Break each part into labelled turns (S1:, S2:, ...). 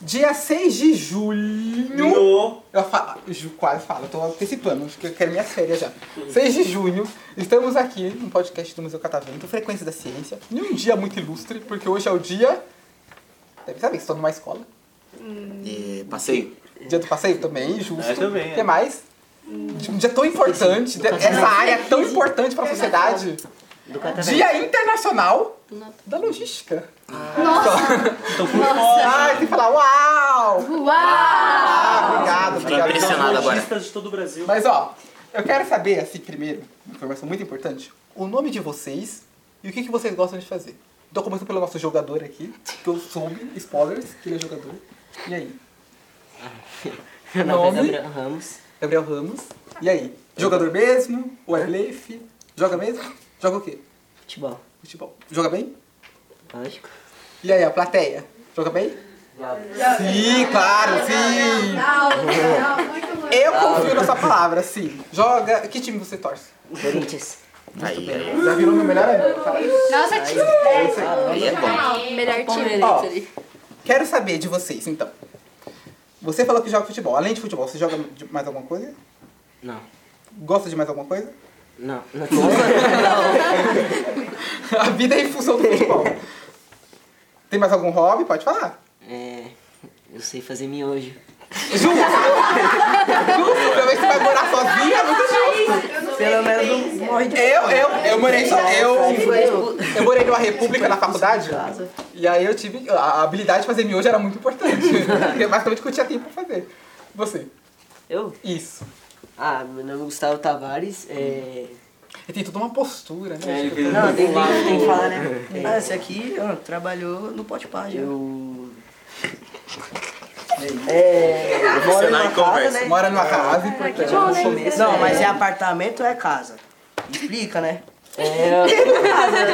S1: Dia 6 de julho.
S2: No.
S1: Eu fa- ju- quase falo, eu tô antecipando, porque eu quero minhas férias já. 6 de junho, estamos aqui no podcast do Museu Catavento, Frequência da Ciência, em um dia muito ilustre, porque hoje é o dia. Deve saber, estou numa escola.
S3: É, passeio.
S1: Dia do passeio também, justo.
S2: É, também,
S1: O
S2: é.
S1: que mais? Um dia tão importante, de- essa área tão importante pra sociedade.
S4: Do catavento.
S1: Dia Internacional
S4: Nossa.
S1: da Logística.
S4: Nossa!
S2: Tô por fora.
S1: Ah, tem que falar, uau!
S4: Uau!
S1: Ah, obrigado, obrigado.
S3: impressionado
S2: Os
S3: agora.
S2: lojistas de todo o Brasil.
S1: Mas ó, eu quero saber, assim, primeiro, uma informação muito importante, o nome de vocês e o que, que vocês gostam de fazer. Então começando pelo nosso jogador aqui, que eu soube, spoilers, que ele é jogador. E aí?
S4: Meu nome é
S1: Nome?
S4: Gabriel Ramos.
S1: Gabriel Ramos. E aí? Jogador mesmo? Warleaf? Joga mesmo? Joga o quê?
S4: Futebol.
S1: Futebol. Joga bem?
S4: Lógico.
S1: E aí, a plateia? Joga bem? Sim, claro, sim! Eu confio na sua palavra, sim. Joga. Que time você torce?
S4: Corinthians.
S3: Aí, aí,
S1: Já virou meu melhor amigo, fala isso.
S5: Nossa, time.
S3: aí é bom.
S5: Melhor time.
S1: Ó.
S4: Palmeirense ali.
S1: Quero saber de vocês, então. Você falou que joga futebol. Além de futebol, você joga de mais alguma coisa?
S4: Não.
S1: Gosta de mais alguma coisa?
S4: Não. Não.
S1: A vida é em função do futebol. Tem mais algum hobby? Pode falar.
S4: é, eu sei fazer miojo.
S1: Justo! Justo! Também você vai morar sozinha? é Muito justo!
S4: Pelo menos não morre
S1: Eu, eu, eu morei só. Eu,
S6: tipo,
S4: Eu.
S1: eu morei numa república na faculdade. E aí eu tive. A habilidade de fazer miojo era muito importante. Porque é Basicamente que eu tinha tempo pra fazer. Você.
S4: Eu?
S1: Isso.
S4: Ah, meu nome é Gustavo Tavares. É...
S1: E tem toda uma postura, né?
S2: É, ele fez
S6: Não,
S2: um
S6: tem, tem,
S2: lado.
S6: tem que falar, né? Ah, esse aqui ó, trabalhou no Pote Pá já.
S4: Eu. É. eu moro
S3: Profissional
S4: numa
S3: em
S4: casa,
S3: conversa.
S4: né?
S1: Mora numa casa e portanto.
S6: Não, mas é apartamento ou é casa? Explica, né?
S4: É,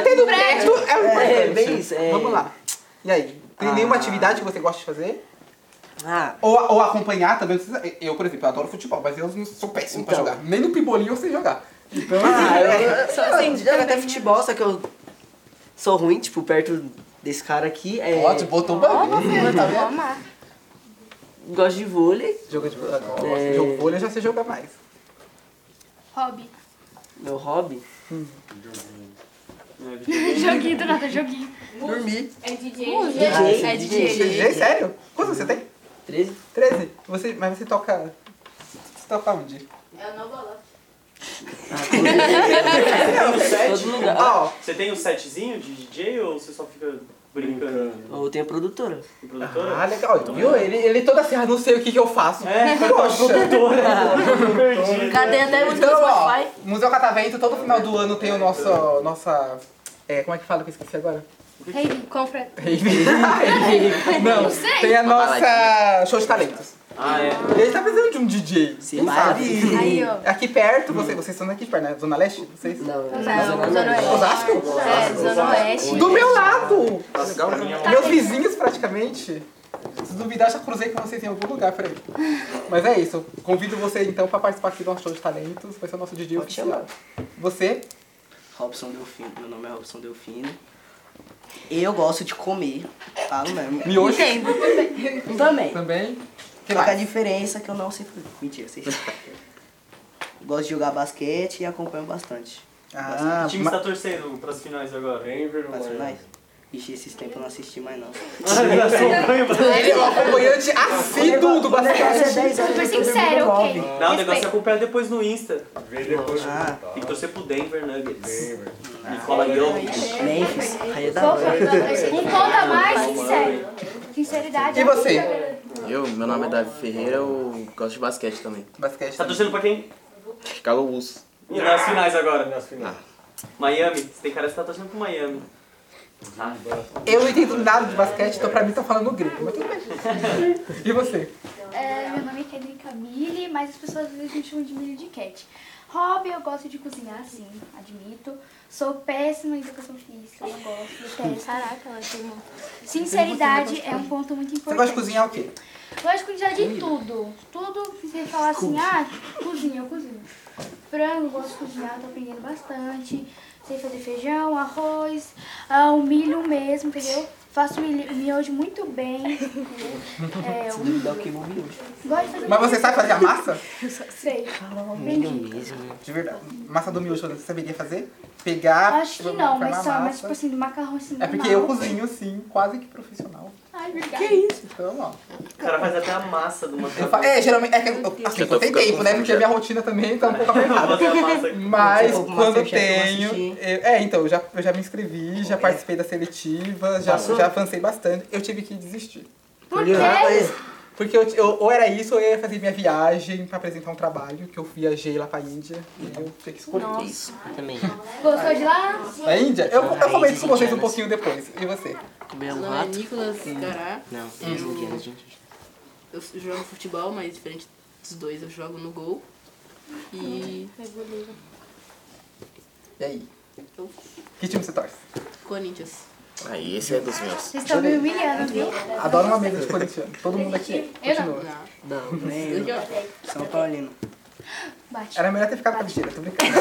S1: Ter no crédito é o importante.
S4: É, bem isso, é.
S1: Vamos lá. E aí? Tem nenhuma
S4: Ah.
S1: atividade que você gosta de fazer?
S4: ah,
S1: Ou, ou acompanhar também? não precisa- Eu, por exemplo, eu adoro futebol, mas eu não sou péssimo pra
S4: Então.
S1: jogar. Nem no pimbolinho eu sei jogar. Então,
S4: Ah, eu-
S6: Só
S4: eu jogo até futebol, só que eu sou ruim, tipo, perto desse cara aqui. É,
S1: Ótimo,
S6: tipo,
S1: botou uma vez, tá vendo?
S4: Gosto de vôlei.
S1: Jogo de
S4: É.
S1: vôlei. Jogo vôlei eu já sei jogar mais.
S5: Hobby.
S4: Meu hobby.
S5: Joguinho do nada, joguinho.
S6: Dormir.
S4: DJ.
S5: É DJ.
S1: DJ, sério? Quanto você tem?
S4: 13.
S1: 13? Você, mas você toca... Você toca onde?
S5: É
S1: É,
S4: Todo lugar.
S1: Ó,
S2: Você tem um setzinho de DJ ou você só fica brincando?
S4: Ou tem a produtora.
S2: com Produtora?
S1: ah, legal. Viu? Ele, ele todo assim, ah, não sei o que que eu faço.
S2: É,
S1: Poxa.
S2: produtora. Perdido.
S5: Cadê até
S1: Então, ó, um Museu Catavento, todo final do ano tem o nosso, nossa, é, como é que fala que eu esqueci agora?
S5: Hey, compra.
S1: Rave. Não, tem a nossa show de talentos.
S2: Ah, é.
S1: E aí tá precisando de um DJ,
S4: Se
S1: quem
S4: vai
S1: sabe?
S5: Aí, ó.
S1: Aqui perto, vocês, vocês são daqui de perto, né? Zona Leste? Vocês?
S4: Não,
S5: Não,
S4: não.
S5: Zona Oeste.
S1: Osasco?
S5: É, Zona Oeste.
S1: Do meu lado!
S3: Legal, né?
S2: Tá
S1: Meus vizinhos, praticamente. Se duvidar, já cruzei com vocês em algum lugar por aí. Mas é isso. Convido você, então, pra participar aqui do nosso show de talentos. Vai ser o nosso DJ
S4: Pode
S1: oficial. Você?
S6: Robson Delfino. Meu nome é Robson Delfino. Eu gosto de comer. Falo mesmo.
S1: Miojo?
S6: Também.
S1: Também? Que
S6: Só que a
S1: mais?
S6: diferença é que eu não sei fazer. Mentira, sei. gosto de jogar basquete e acompanho bastante.
S1: Ah,
S2: O time
S1: ma-
S2: está torcendo pras finais agora.
S6: Mas mais. Ixi, esses tempos eu não assisti mais não.
S1: ele é um acompanhante assíduo do basquete.
S5: Super sincero, ok.
S2: Não, o negócio é acompanhar depois no Insta.
S6: Ah,
S2: Tem que torcer pro Denver Nuggets. Nicola Jokic.
S6: Memphis. Aí é da
S5: Qual que é
S6: hora.
S5: o problema? Um conta mais, sincero. Sinceridade.
S1: E você?
S3: Eu, meu nome é Davi Ferreira, eu gosto de basquete também.
S1: Basquete.
S2: Tá torcendo pra quem?
S3: Chicago Bulls.
S2: E nas finais agora. Nas finais. Miami. Você tem cara que tá torcendo pro Miami.
S1: Eu não entendo nada de basquete, então pra mim tá falando grego, mas tudo bem. E você?
S5: É, meu nome é Kelly Camille, mas as pessoas às vezes me chamam de milho de cat. Hobby, eu gosto de cozinhar, sim, admito. Sou péssima em educação física, eu não gosto, detesto.
S7: Caraca, ela tem uma...
S5: Sinceridade é um ponto muito
S1: Você
S5: importante.
S1: gosta de cozinhar o quê?
S5: Eu acho que eu já de tudo. Tudo que você falar assim, ah, cozinha, eu cozinho. Frango, eu gosto de cozinhar, tô aprendendo bastante. Sei fazer feijão, arroz, ah, o milho mesmo, entendeu? Faço milho, miojo muito bem, entendeu? É, o milho.
S6: Dá o que no miojo.
S5: Gosto de fazer
S1: Mas você sabe fazer a massa?
S5: milho, sei.
S6: Milho
S5: Aprendi.
S6: mesmo.
S1: De verdade. Massa do miojo, você saberia fazer? Pegar, tipo,
S5: Acho que não,
S1: formar
S5: mas só, mas
S1: massa.
S5: tipo assim, do macarrão assim.
S1: É porque eu
S5: normal.
S1: cozinho, sim, quase que profissional.
S5: Ai, obrigada. Que isso?
S1: Então, ó.
S2: O cara faz até a massa do
S1: Eu
S2: macarrão.
S1: fa- É, geralmente, é que eu, assim,
S3: Eu
S1: eu
S3: tô
S1: tenho
S3: ficando
S1: tempo, né? Porque a
S3: confuso
S1: minha rotina também tá um pouco
S2: Vou
S1: apertada.
S2: fazer a massa aqui.
S1: Mas
S6: Você for pro
S1: quando eu
S6: Masterchef, eu vou
S1: tenho.
S6: assistir.
S1: eu- é, então, eu já, eu já me inscrevi,
S5: É.
S1: já participei das seletivas, já,
S6: Passou?
S1: já avancei bastante. Eu tive que desistir.
S5: Por quê?
S1: Porque eu, eu- ou era isso, ou eu ia fazer minha viagem pra apresentar um trabalho, que eu viajei lá pra Índia. E eu tinha que escolher.
S6: Isso, também.
S5: Gostou de lá?
S1: Na Índia? Eu, eu
S6: Raiz
S1: comento com vocês um
S6: indianas.
S1: pouquinho depois. E você?
S6: Comer
S7: Meu
S6: um
S7: nome é
S6: rato.
S7: Nicolas Cará.
S6: Não, eles
S3: é
S6: indianos, gente.
S7: Eu jogo futebol, mas diferente dos dois, eu jogo no gol. E
S1: E aí?
S7: eu
S1: Que time você torce?
S7: Corinthians.
S3: Aí, esse é dos meus.
S5: Vocês estão me humilhando, viu?
S1: Adoro uma mesa de corintiano. Todo mundo aqui é. Continua.
S7: Na...
S6: Não, nem eu.
S7: Eu jogo.
S6: São Paulino.
S5: Bate.
S1: Era melhor ter ficado com a mentira, tô brincando.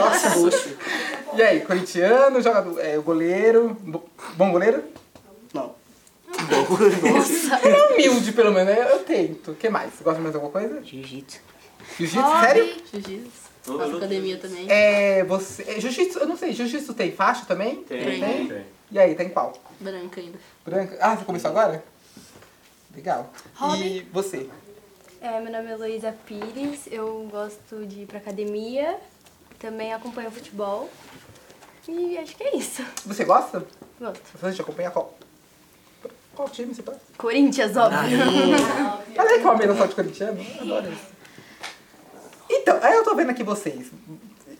S6: Nossa, roxo.
S1: E aí, corintiano, jogador, é, goleiro, bo- bom goleiro?
S6: Não.
S1: É humilde, pelo menos, né? eu tento. O que mais? Você gosta de mais alguma coisa?
S6: Jiu-jitsu.
S1: Jiu-jitsu,
S5: Hobby.
S1: sério?
S7: Jiu-jitsu.
S2: Todo
S7: Faço
S2: mundo-
S7: academia também.
S1: É, você... é, Jiu-jitsu, eu não sei, jiu-jitsu tem faixa também?
S2: Tem.
S1: Tem?
S2: Tem.
S1: E aí, tem qual?
S7: Branca ainda.
S1: Branca? Ah, você começou agora? Legal. E
S5: Hobby.
S1: você?
S8: É, meu nome é Heloísa Pires, eu gosto de ir pra academia, também acompanho futebol e acho que é isso.
S1: Você gosta?
S8: Gosto.
S1: Você te acompanha qual? Qual time você torce?
S8: Corinthians, óbvio.
S1: Olha aí que o Palmeiras só de corintiano. Eu Adoro isso. Então, aí eu tô vendo aqui vocês.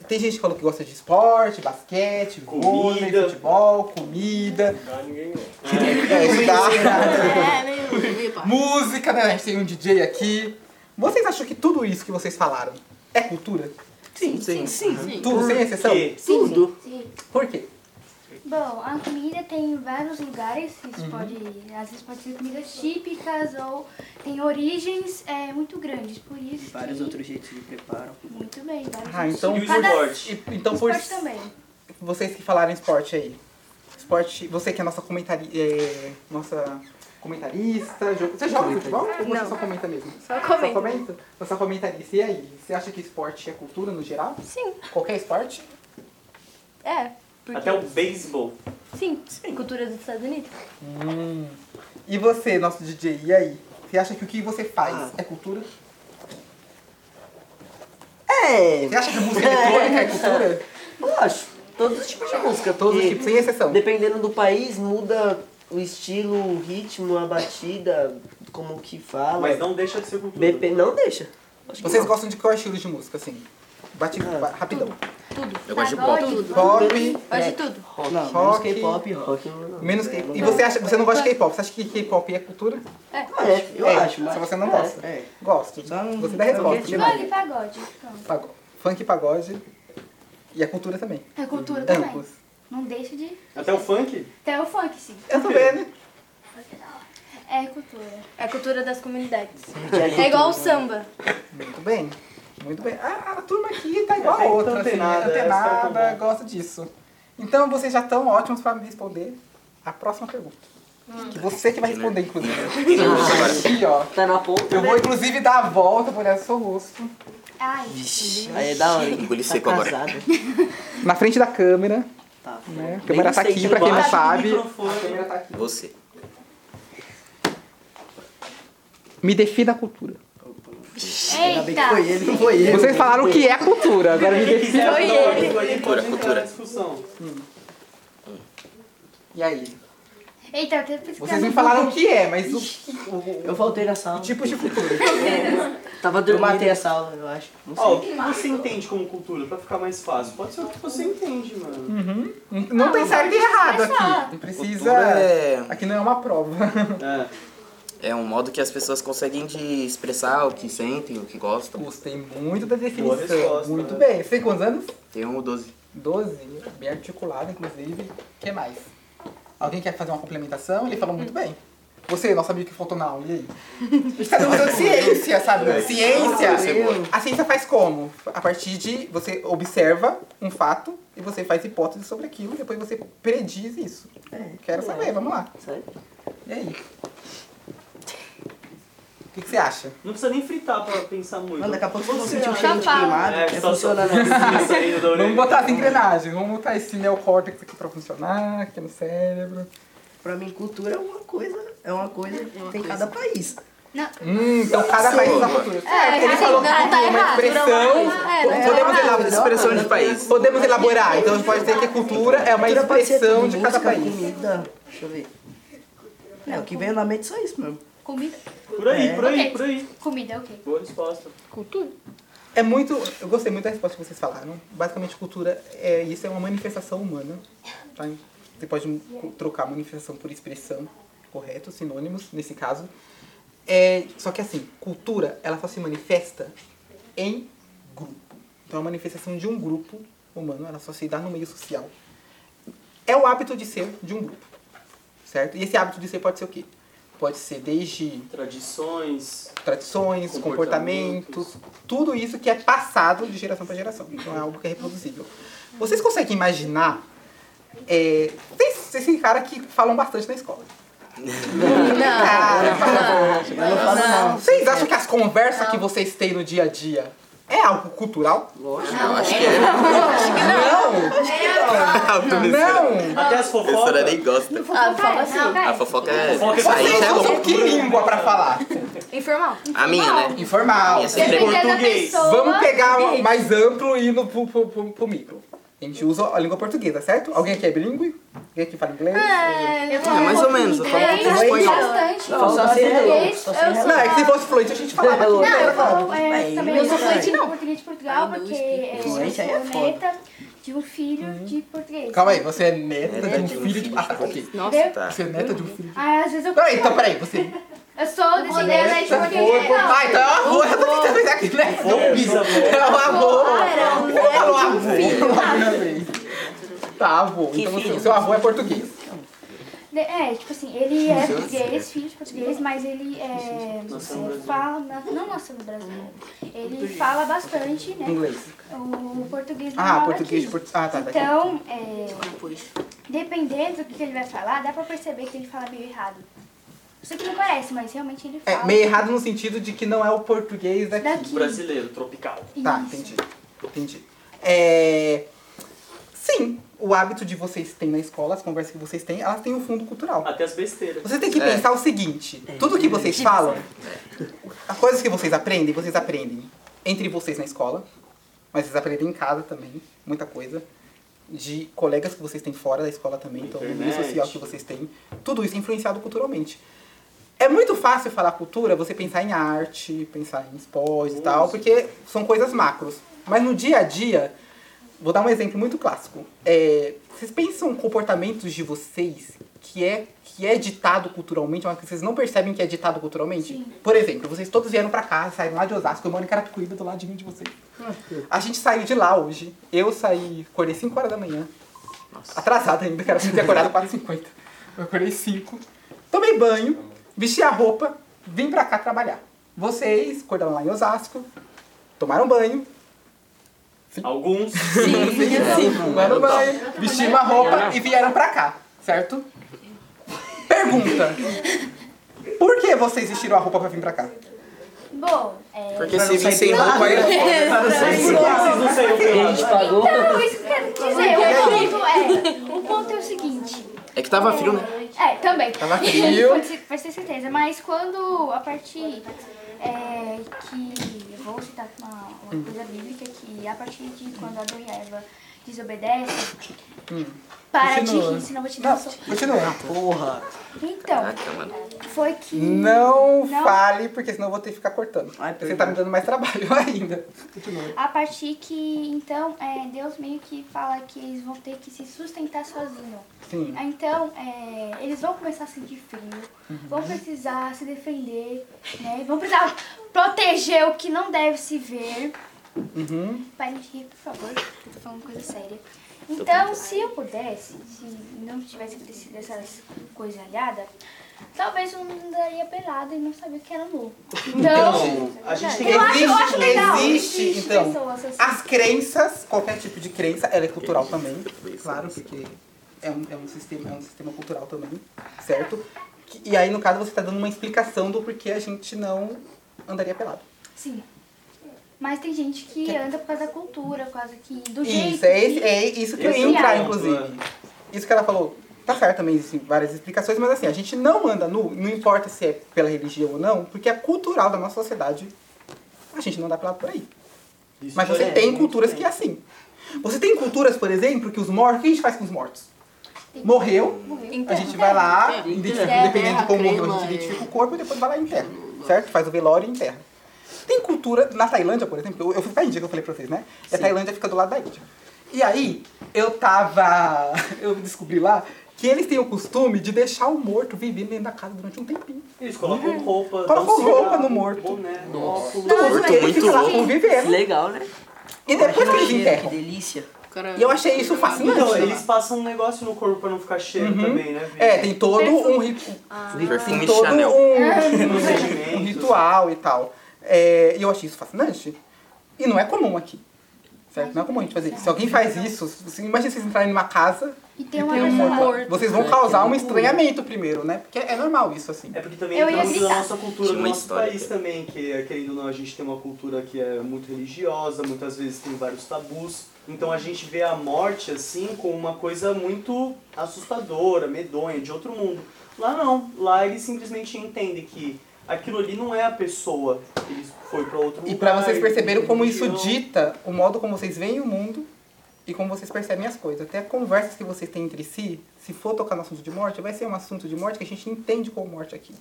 S1: Tem gente que falou que gosta de esporte, basquete,
S2: Comida.
S1: vôlei, futebol, comida,
S2: Não, ninguém não.
S1: é, estudar,
S7: É, nem meio pá.
S1: né? música, né? A gente tem um DJ aqui. Vocês acham que tudo isso que vocês falaram é cultura?
S6: Sim, sim, sim.
S7: Sim.
S1: Tudo, sem exceção?
S2: quê?
S6: Tudo.
S5: Sim.
S1: Por quê?
S5: Bom, a comida tem em vários lugares, isso pode, às vezes pode ser comidas típicas ou tem origens é, muito grandes, por isso
S6: Vários
S5: que...
S6: outros jeitos de preparo.
S5: Muito bem, vários
S1: Ah,
S5: outros.
S1: então,
S2: E o
S5: Cada-
S2: esporte?
S1: e- então por
S5: Esporte também.
S1: vocês que falaram esporte aí. Esporte, você que é nossa comentari é, nossa comentarista, jo- você joga futebol ou você
S8: Não.
S1: só comenta mesmo?
S8: Só
S1: Só
S8: comento.
S1: comenta? Você só comentarista. E aí, você acha que esporte é cultura no geral?
S8: Sim,
S1: Qualquer esporte?
S8: é. Porque...
S2: Até o beisebol.
S8: Sim, cultura dos Estados Unidos.
S1: Hum. E você, nosso DJ, e aí? Você acha que o que você faz é cultura?
S6: É,
S1: Você acha que música eletrônica é É. cultura?
S6: eu acho. Todos os tipos de música.
S1: Todos os
S6: porque
S1: tipos, sem exceção.
S6: Dependendo do país, muda o estilo, o ritmo, a batida, como que fala.
S2: Mas não deixa de ser cultura.
S6: BP não deixa. Acho que
S1: Vocês
S6: não.
S1: gostam de qual estilo de música, assim? Bate
S6: Ah.
S1: rapidão.
S3: Eu gosto de
S5: Pagode,
S3: pop. é.
S1: Pop,
S7: Gosto de tudo.
S6: Rock, não, menos
S1: rock.
S6: K-pop, rock. não.
S1: menos K. E você acha, você não gosta de K-pop? Você acha que K-pop é cultura?
S6: É, eu
S1: É,
S6: acho.
S1: se
S6: mas-
S1: você não gosta.
S6: É, é.
S1: Gosto.
S6: Só não-
S1: Você dá resposta.
S6: Não,
S1: demais.
S5: Funk e pagode. pronto.
S1: Pago- Funk e pagode. E a cultura também.
S5: É cultura também.
S1: Ambos.
S5: Não deixa de...
S2: Até o funk?
S5: Até o funk, sim.
S1: Eu tô né? vendo.
S5: É cultura.
S8: É a cultura das comunidades. É igual o
S6: né?
S8: samba.
S1: Muito bem. Muito bem. A, a turma aqui tá igual a
S2: É, então
S1: outra.
S2: tem
S1: assim,
S2: nada,
S1: não tem
S2: essa é
S1: nada,
S2: comum.
S1: gosta disso. Então vocês já estão ótimos pra me responder a próxima pergunta.
S6: Hum.
S1: Que você que vai responder, inclusive. Aqui, ó.
S6: Tá na ponta.
S1: Eu vou, inclusive, dar a volta pra olhar seu rosto.
S5: Ai,
S6: Aí é da hora.
S3: Engoli
S6: Tá
S3: seco agora.
S6: casado.
S1: Na frente da câmera,
S6: Tá.
S1: né? A
S6: Nem
S1: câmera tá
S6: sei
S1: aqui,
S6: quem
S1: pra quem não
S6: bate.
S1: sabe.
S2: Microfone.
S1: A câmera tá aqui.
S3: Você.
S1: Me defina a cultura. Tá.
S6: Ainda bem que foi
S5: Eita!
S6: ele, não foi ele.
S1: Vocês falaram o que é cultura, agora me
S2: Quem
S1: defina.
S2: quiser
S8: Foi
S2: ajudar,
S8: ele.
S2: pode entrar
S3: Cultura,
S2: na
S3: cultura.
S2: discussão.
S1: E aí?
S5: Eita, eu até pesquisando.
S1: Vocês me falaram o que é, mas o,
S6: Eu voltei na sala. É.
S1: o tipo de cultura.
S6: Tava
S1: dormindo.
S6: dormindo. Eu matei a sala, eu acho. Não sei.
S2: Ó, o que você entende como cultura pra ficar mais fácil? Pode ser o que você entende,
S1: Hum.
S2: mano.
S1: Não,
S2: Ah,
S1: tem certo e errado aqui. Não
S3: Cultura
S1: precisa.
S3: é...
S1: Aqui não é uma prova.
S2: É.
S3: É um modo que as pessoas conseguem de expressar o que sentem, o que gostam.
S1: Gostei muito da definição.
S2: Boa resposta,
S1: muito
S2: né?
S1: bem. Você tem quantos anos?
S3: Tem um ou doze.
S1: 12. Bem articulado, inclusive. O que mais? Alguém quer fazer uma complementação? Ele falou muito bem. Você, nosso amigo que faltou na aula, e aí? A gente tá usando ciência, sabe? Ciência! A ciência faz como? A partir de você observa um fato e você faz hipótese sobre aquilo e depois você prediz isso. Quero saber, vamos lá.
S4: Sabe?
S1: E aí? O que, que você acha?
S2: Não precisa nem fritar pra pensar muito.
S6: Mano, daqui a pouco você vai sentir um
S8: Funciona.
S6: cheiro de
S8: Chapado.
S6: queimado.
S2: É,
S6: É,
S2: só-
S6: funciona,
S2: só-
S6: né?
S2: saindo da orelha.
S1: Vamos botar as engrenagens, vamos botar esse neocórtex aqui pra funcionar, aqui no cérebro.
S6: Pra mim, cultura é uma coisa, é uma coisa que tem cada país.
S1: Hum, então cada país tem sua cultura.
S5: É,
S1: ele
S5: cada
S1: falou
S5: lugar
S1: que
S5: tá
S1: tem uma
S5: errado,
S1: expressão.
S5: não é uma- é, não é
S1: podemos,
S5: errado.
S1: elaborar,
S3: Expressão de país.
S1: podemos elaborar. Então a gente pode dizer que cultura é uma
S6: Cultura pode ser
S1: expressão
S6: tudo,
S1: de cada
S6: música,
S1: país.
S6: Comida. Deixa eu ver. É, o que veio na mente é só isso mesmo.
S5: Comida.
S2: Por aí,
S6: É.
S2: por aí,
S5: Ok.
S2: por aí.
S5: Comida é o quê?
S2: Boa resposta.
S7: Cultura.
S1: É muito. Eu gostei muito da resposta que vocês falaram. Basicamente, cultura é isso, é uma manifestação humana. tá? Você pode co- trocar manifestação por expressão, correto? Sinônimos, nesse caso. É, só que assim, cultura, ela só se manifesta em grupo. Então, a manifestação de um grupo humano, ela só se dá no meio social. É o hábito de ser de um grupo, certo? E esse hábito de ser pode ser o quê? Pode ser desde
S2: Tradições.
S1: tradições, comportamentos,
S2: Comportamentos.
S1: tudo isso que é passado de geração para geração. Então é algo que é reproduzível. Vocês conseguem imaginar? É, tem esse cara que falam bastante na escola. Cara,
S6: Eu não falo não.
S1: vocês acham que as conversas que vocês têm no dia a dia é algo cultural?
S3: Eu acho que é.
S1: Não!
S3: A professora,
S1: Não!
S2: Até as
S3: a professora
S2: fofocas.
S3: nem gosta.
S8: Ah, fala
S5: Não,
S8: assim.
S5: cara.
S3: A fofoca é.
S2: Fofoca é
S3: Aí
S1: Vocês
S3: já é
S1: usam
S3: louco.
S1: que língua pra falar?
S8: Informal.
S3: A minha, né?
S1: Informal.
S3: Minha sempre é.
S5: Dependendo da
S2: Português.
S5: pessoa.
S1: Vamos pegar o mais amplo e ir no, pro, pro- pro- pro micro. A gente usa a língua portuguesa, certo? Alguém aqui é bilíngue? Alguém aqui fala inglês?
S5: É, eu
S3: É, mais ou menos. Eu falo um pouco
S5: Eu
S3: espanhol.
S5: bastante.
S6: Não, só sei
S5: Eu
S6: relógio.
S5: sou
S6: Só
S5: eu
S6: sei
S5: sou-
S1: Não, é que se fosse fluente a gente falava.
S6: Não,
S1: aqui,
S5: Não, eu
S1: né?
S5: falo é,
S6: Aí,
S5: também
S6: eu sou
S5: fluente não. português de Portugal,
S7: Aí não
S5: porque
S7: explica.
S5: é, eu
S6: Fluente aí é
S5: sou
S6: foda. Uhum.
S5: neta de um filho de português.
S1: Calma aí, você é neta
S3: Neta
S1: de um
S3: de um
S1: filho de.
S3: filho
S1: Ah,
S3: de
S1: tá, ok.
S7: Nossa,
S5: Entendeu?
S3: Tá.
S1: Você é neta de um filho de.
S5: Aí às vezes eu.
S1: Peraí, então peraí, você.
S5: Eu sou descendente de
S8: tá?
S1: Neta,
S5: português.
S1: avô,
S5: Não,
S1: Ah, então é uma avô, eu tô tentando pensar aqui, né? É um avô. Por que Você falou avô primeira vez. Tá, avô. Então você- o seu avô é português.
S5: De- É, tipo assim, ele é português, filho de português, mas ele é.
S2: Nasceu no Brasil.
S5: fala. na- Não nasceu no Brasil. Ele fala bastante, né?
S1: Inglês.
S5: O português não
S1: Ah, português de português. Ah, tá, tá. aqui.
S5: Então, é,
S7: depois.
S5: dependendo do que ele vai falar, dá pra perceber que ele fala meio errado. Isso que não parece, mas realmente ele fala.
S1: É meio errado no sentido de que não é o português daqui.
S5: Daqui.
S2: Brasileiro, tropical.
S1: Tá,
S5: Isso.
S1: entendi. Entendi. É... Sim, o hábito de vocês têm na escola, as conversas que vocês têm, elas têm um fundo cultural.
S2: Até as besteiras.
S1: Vocês têm que
S3: É.
S1: pensar o seguinte, tudo que vocês falam, as coisas que vocês aprendem, vocês aprendem entre vocês na escola, mas vocês aprendem em casa também, muita coisa. De colegas que vocês têm fora da escola também, então no meio
S2: Internet.
S1: social que vocês têm. Tudo isso é influenciado culturalmente. É muito fácil falar cultura, você pensar em arte, pensar em esporte e tal, porque são coisas macros. Mas no dia a dia, vou dar um exemplo muito clássico. É, vocês pensam comportamentos de vocês que é, que é ditado culturalmente, mas que vocês não percebem que é ditado culturalmente? Por exemplo, vocês todos vieram pra cá, saíram lá de Osasco, eu moro em Carapicuíba, do ladinho de vocês. A gente saiu de lá hoje. Eu saí, acordei 5 horas da manhã. Atrasado ainda, cara. Eu ter acordado 4h50. Eu acordei 5. Tomei banho, vesti a roupa, vim pra cá trabalhar. Vocês acordaram lá em Osasco, tomaram banho,
S2: Alguns.
S1: tomaram banho, vestiram a roupa e vieram pra cá, certo? Pergunta. Por que vocês vestiram a roupa pra vir pra cá?
S5: Bom, é.
S3: Porque se vir sem roupa, aí
S2: Por que vocês não saíram
S6: A
S2: pelados?
S6: gente pagou.
S5: Então, isso que eu quero
S1: é
S5: dizer. O ponto é. O ponto é o seguinte.
S3: É que tava frio, né?
S5: É, também.
S1: Tava frio.
S5: Pode ser- Pode ter certeza. Mas quando a partir é, que. Eu vou citar uma,
S1: Hum.
S5: uma coisa bíblica que a partir de quando Adão e Eva desobedecem,
S1: Hum.
S5: para de
S1: Continua.
S5: rir, senão eu vou te dar um soco.
S1: Continua.
S6: Porra.
S5: Então,
S3: Caraca, mano.
S5: foi que.
S1: Não,
S5: Não.
S1: fale, porque senão eu vou ter que ficar cortando.
S6: Ai,
S1: Você tá me dando mais trabalho ainda.
S5: A partir que, então, é, Deus meio que fala que eles vão ter que se sustentar sozinhos.
S1: Sim.
S5: Ah, Então, é, eles vão começar a sentir frio,
S1: Uhum.
S5: vão precisar se defender, né? Vão precisar proteger o que não deve se ver.
S1: Uhum.
S5: Parem de rir, por favor, eu tô falando coisa séria. Então, se eu pudesse, se não tivesse acontecido essas coisas alhadas, talvez eu não andaria pelada e não sabia o que era nu. Então,
S1: a gente
S5: eu, acho, eu acho
S1: existe-
S5: legal.
S1: existe, então,
S5: pessoas assim.
S1: As crenças, qualquer tipo de crença, ela é cultural também, claro, porque é um, é um sistema, é um sistema cultural também, certo? Que- E aí, no caso, você tá dando uma explicação do porquê a gente não andaria pelado.
S5: Sim. Mas tem gente que anda por causa da cultura, por causa que. Do jeito.
S1: Isso, é, esse-
S5: que-
S1: é isso que eu
S5: Esse
S1: ia entrar,
S5: é o
S2: ponto,
S1: inclusive. Isso que ela falou, tá certo também, existem várias explicações, mas assim, a gente não anda nu, não importa se é pela religião ou não, porque é cultural da nossa sociedade, a gente não anda pelado por aí. Mas você
S6: é,
S1: tem
S6: muito
S1: culturas
S6: bem.
S1: que é assim. Você tem culturas, por exemplo, que os mortos, o que a gente faz com os mortos? Morreu,
S5: Morreu.
S1: a gente vai lá,
S7: Enterra.
S1: identifica,
S7: Enterra,
S1: dependendo de como morreu, a
S7: crema,
S1: gente identifica
S7: é.
S1: o corpo e depois vai lá e enterra, certo? Faz o velório e enterra. Tem cultura, na Tailândia, por exemplo, eu, eu fui pra Índia, que eu falei pra vocês, né? E a Tailândia fica do lado da Índia. E aí, eu tava, eu descobri lá que eles têm o costume de deixar o morto vivendo dentro da casa durante um tempinho.
S2: Eles colocam roupa.
S1: Colocam
S2: dão cigarro, Né?
S1: roupa no morto.
S2: Boné, óculos.
S1: Tudo,
S4: mas
S1: ele
S4: muito
S1: fica lá
S4: louco.
S1: convivendo.
S4: Legal, né?
S1: E depois que eles
S6: Cheiro, Que
S1: enterram.
S6: delícia.
S7: O cara-
S1: E eu achei isso fascinante.
S2: Então,
S1: né?
S2: eles passam um negócio no corpo pra não ficar cheiro também, né? Vitor?
S1: É, tem todo um ritmo.
S5: Ah.
S3: Perfume
S1: Tem
S3: de
S1: todo
S3: Chanel.
S1: um, um ritual e tal. É, e eu achei isso fascinante. E não é comum aqui. Certo? Não é comum a gente fazer isso. Se alguém faz isso, se- imagina vocês entrarem numa casa
S5: E tem uma
S1: e um
S5: pessoa
S1: morto lá.
S5: morta.
S1: Vocês vão causar um estranhamento primeiro, né? Porque é normal isso, assim.
S2: É porque também
S5: Eu
S2: é
S5: ia
S2: tanto da
S5: gritar.
S2: nossa cultura,
S3: Tinha
S2: do
S3: uma
S2: nosso
S3: história,
S2: país
S1: é-
S3: cara.
S2: também, que eh, querendo ou não, a gente tem uma cultura que é muito religiosa, muitas vezes tem vários tabus. Então a gente vê a morte assim como uma coisa muito assustadora, medonha, de outro mundo. Lá não, lá eles simplesmente entendem que aquilo ali não é a pessoa, eles foi pra outro
S1: E
S2: lugar,
S1: pra vocês perceberem como isso
S2: religião.
S1: dita o modo como vocês veem o mundo e como vocês percebem as coisas. Até conversas que vocês têm entre si, se for tocar no assunto de morte, vai ser um assunto de morte que a gente entende como morte aqui.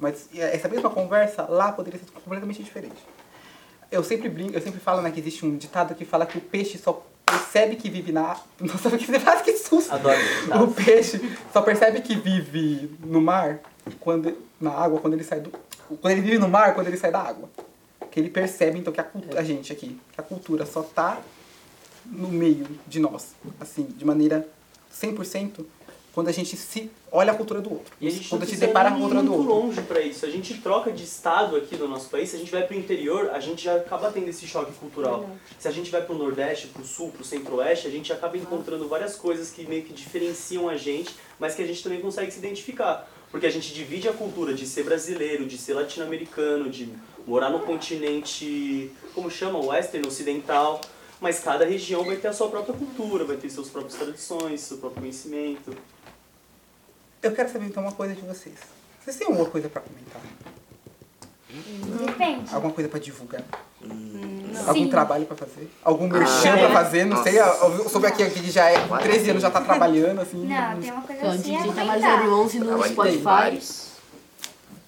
S1: Mas essa mesma conversa lá poderia ser completamente diferente. Eu sempre brinco, eu sempre falo né, que existe um ditado que fala que o peixe só percebe que vive na. Nossa, que faz que susto!
S2: Adoro.
S1: O peixe só percebe que vive no mar, quando, na água, quando ele sai do. Quando ele vive no mar, quando ele sai da água. Que ele percebe, então, que a,
S2: É.
S1: cultu- a gente aqui, que a cultura só tá no meio de nós, assim, de maneira 100%, quando a gente se olha a cultura do outro.
S2: E a gente não um
S1: quando se
S2: precisa
S1: depara
S2: ir
S1: com a cultura do
S2: muito
S1: outro.
S2: longe pra isso. A gente troca de estado aqui no nosso país. Se a gente vai pro interior, a gente já acaba tendo esse choque cultural. Se a gente vai pro Nordeste, pro Sul, pro Centro-Oeste, a gente acaba encontrando várias coisas que meio que diferenciam a gente, mas que a gente também consegue se identificar. Porque a gente divide a cultura de ser brasileiro, de ser latino-americano, de morar no continente, como chama, western, ocidental. Mas cada região vai ter a sua própria cultura, vai ter suas próprias tradições, seu próprio conhecimento.
S1: Eu quero saber, então, uma coisa de vocês. Vocês têm alguma coisa pra comentar?
S5: assim, Depende.
S1: Alguma coisa pra divulgar?
S5: Não.
S1: Algum
S5: Sim.
S1: trabalho pra fazer? Algum merchan pra fazer? Não sei, eu soube aqui que já é com 13 anos, já tá trabalhando, assim.
S5: Não, tem uma coisa
S7: Então, o
S5: assim a
S7: DJ
S5: comentar.
S7: Tamarizaru 11 no
S3: Trabalho tem
S7: Spotify.
S3: vários.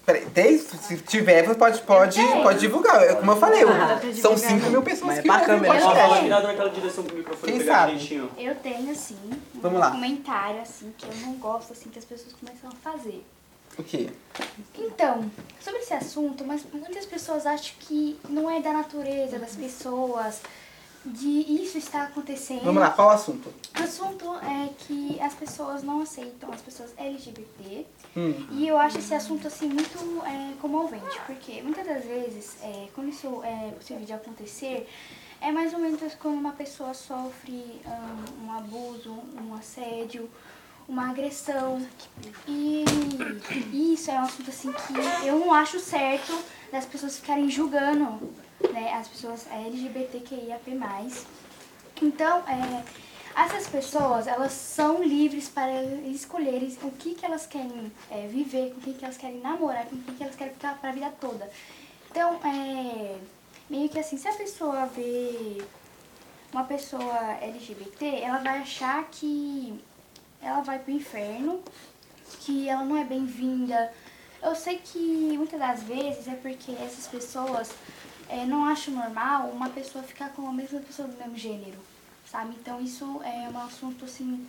S1: Peraí, tem? Se tiver, você pode, pode, pode divulgar. É Como eu falei, eu- são
S8: né?
S1: 5 mil pessoas
S6: Mas é
S1: que
S6: pra
S1: ouvem
S6: câmera.
S2: Ó, fala
S1: podcast.
S2: virado naquela direção pro microfone
S1: Quem
S2: pegar
S1: sabe?
S2: direitinho.
S5: Eu tenho, assim, um
S1: Vamos lá.
S5: comentário, assim, que eu não gosto, assim, que as pessoas começam a fazer.
S1: O quê?
S5: Então, sobre esse assunto, mas muitas pessoas acham que não é da natureza das pessoas, de isso estar acontecendo.
S1: Vamos lá, qual o assunto?
S5: O assunto é que as pessoas não aceitam as pessoas LGBT.
S1: Hum.
S5: E eu acho esse assunto assim muito é, comovente, porque muitas das vezes, é, quando isso é possível de acontecer, é mais ou menos quando uma pessoa sofre hum, um, abuso, um assédio, uma agressão. E isso é um assunto assim que eu não acho certo das pessoas ficarem julgando né, as pessoas LGBTQIAP+. Então, é, essas pessoas, elas são livres para escolherem o que, que elas querem é, viver, com quem que elas querem namorar, com quem que elas querem ficar para a vida toda. Então, é, meio que assim, se a pessoa vê uma pessoa LGBT, ela vai achar que ela vai pro inferno, que ela não é bem-vinda, Eu sei que muitas das vezes é porque essas pessoas eh, não acham normal uma pessoa ficar com a mesma pessoa do mesmo gênero, sabe? Então isso é um assunto assim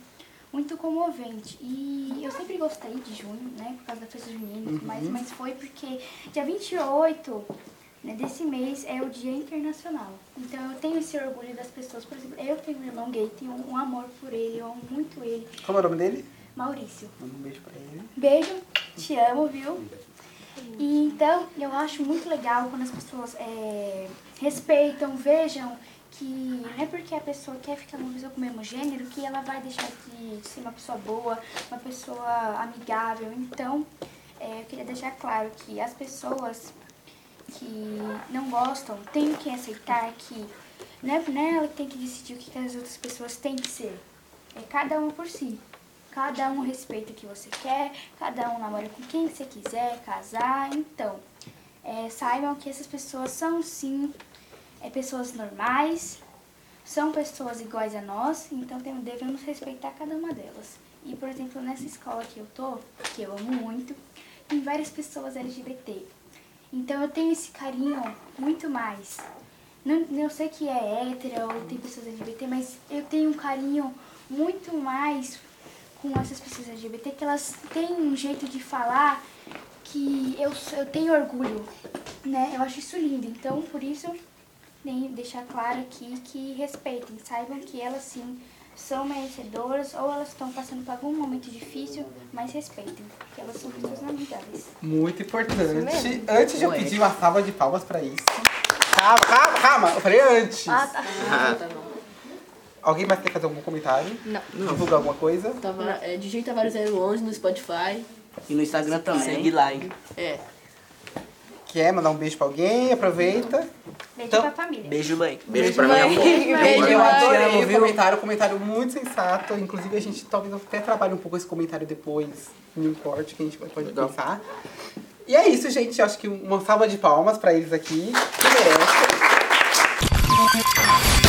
S5: muito comovente. E eu sempre gostei de junho, né? Por causa da festa junina e tudo mais, mas foi porque dia 28 né, desse mês é o Dia Internacional. Então eu tenho esse orgulho das pessoas. Por exemplo, eu tenho um irmão gay, tenho um amor por ele, eu amo muito ele.
S1: Como é o nome dele?
S5: Maurício.
S1: Manda um beijo pra ele.
S5: Beijo, te amo, viu? E então, eu acho muito legal quando as pessoas é, respeitam, vejam que não é porque a pessoa quer ficar com uma pessoa com o mesmo gênero que ela vai deixar de ser uma pessoa boa, uma pessoa amigável. Então, é, eu queria deixar claro que as pessoas que não gostam têm que aceitar que não é, não é ela que tem que decidir o que que as outras pessoas têm que ser. É cada uma por si. Cada um respeita o que você quer, cada um namora com quem você quiser, casar. Então, é, saibam que essas pessoas são sim é, pessoas normais, são pessoas iguais a nós, então tem- devemos respeitar cada uma delas. E, por exemplo, nessa escola que eu tô, que eu amo muito, tem várias pessoas LGBT. Então eu tenho esse carinho muito mais. Não, não sei que é hétero ou tem pessoas LGBT, mas eu tenho um carinho muito mais com essas pessoas LGBT, que elas têm um jeito de falar que eu, s- eu tenho orgulho, né? Eu acho isso lindo. Então, por isso, nem deixar claro aqui que respeitem, saibam que elas sim são merecedoras ou elas estão passando por algum momento difícil, mas respeitem, que elas são pessoas amigáveis.
S1: Muito importante.
S8: mesmo.
S1: Antes de eu pedir uma salva de palmas pra isso. Calma, calma, calma. Eu falei antes.
S8: Ah, tá.
S1: Alguém mais quer fazer algum comentário?
S7: Não.
S1: Divulgar alguma coisa?
S7: Tava, é, digita vários 011 no Spotify.
S6: E no Instagram também.
S4: Segue lá, hein?
S7: É.
S1: Quer mandar um beijo pra alguém? Aproveita.
S5: Beijo
S1: Então,
S5: pra família.
S4: Beijo, mãe.
S3: Beijo pra minha avó.
S7: Beijo,
S1: Eu
S7: mãe.
S1: adorei o comentário, um comentário muito sensato. Inclusive, a gente talvez até trabalhe um pouco esse comentário depois em um corte que a gente pode
S3: Legal.
S1: pensar. E é isso, gente. Acho que uma salva de palmas pra eles aqui. Que merecem.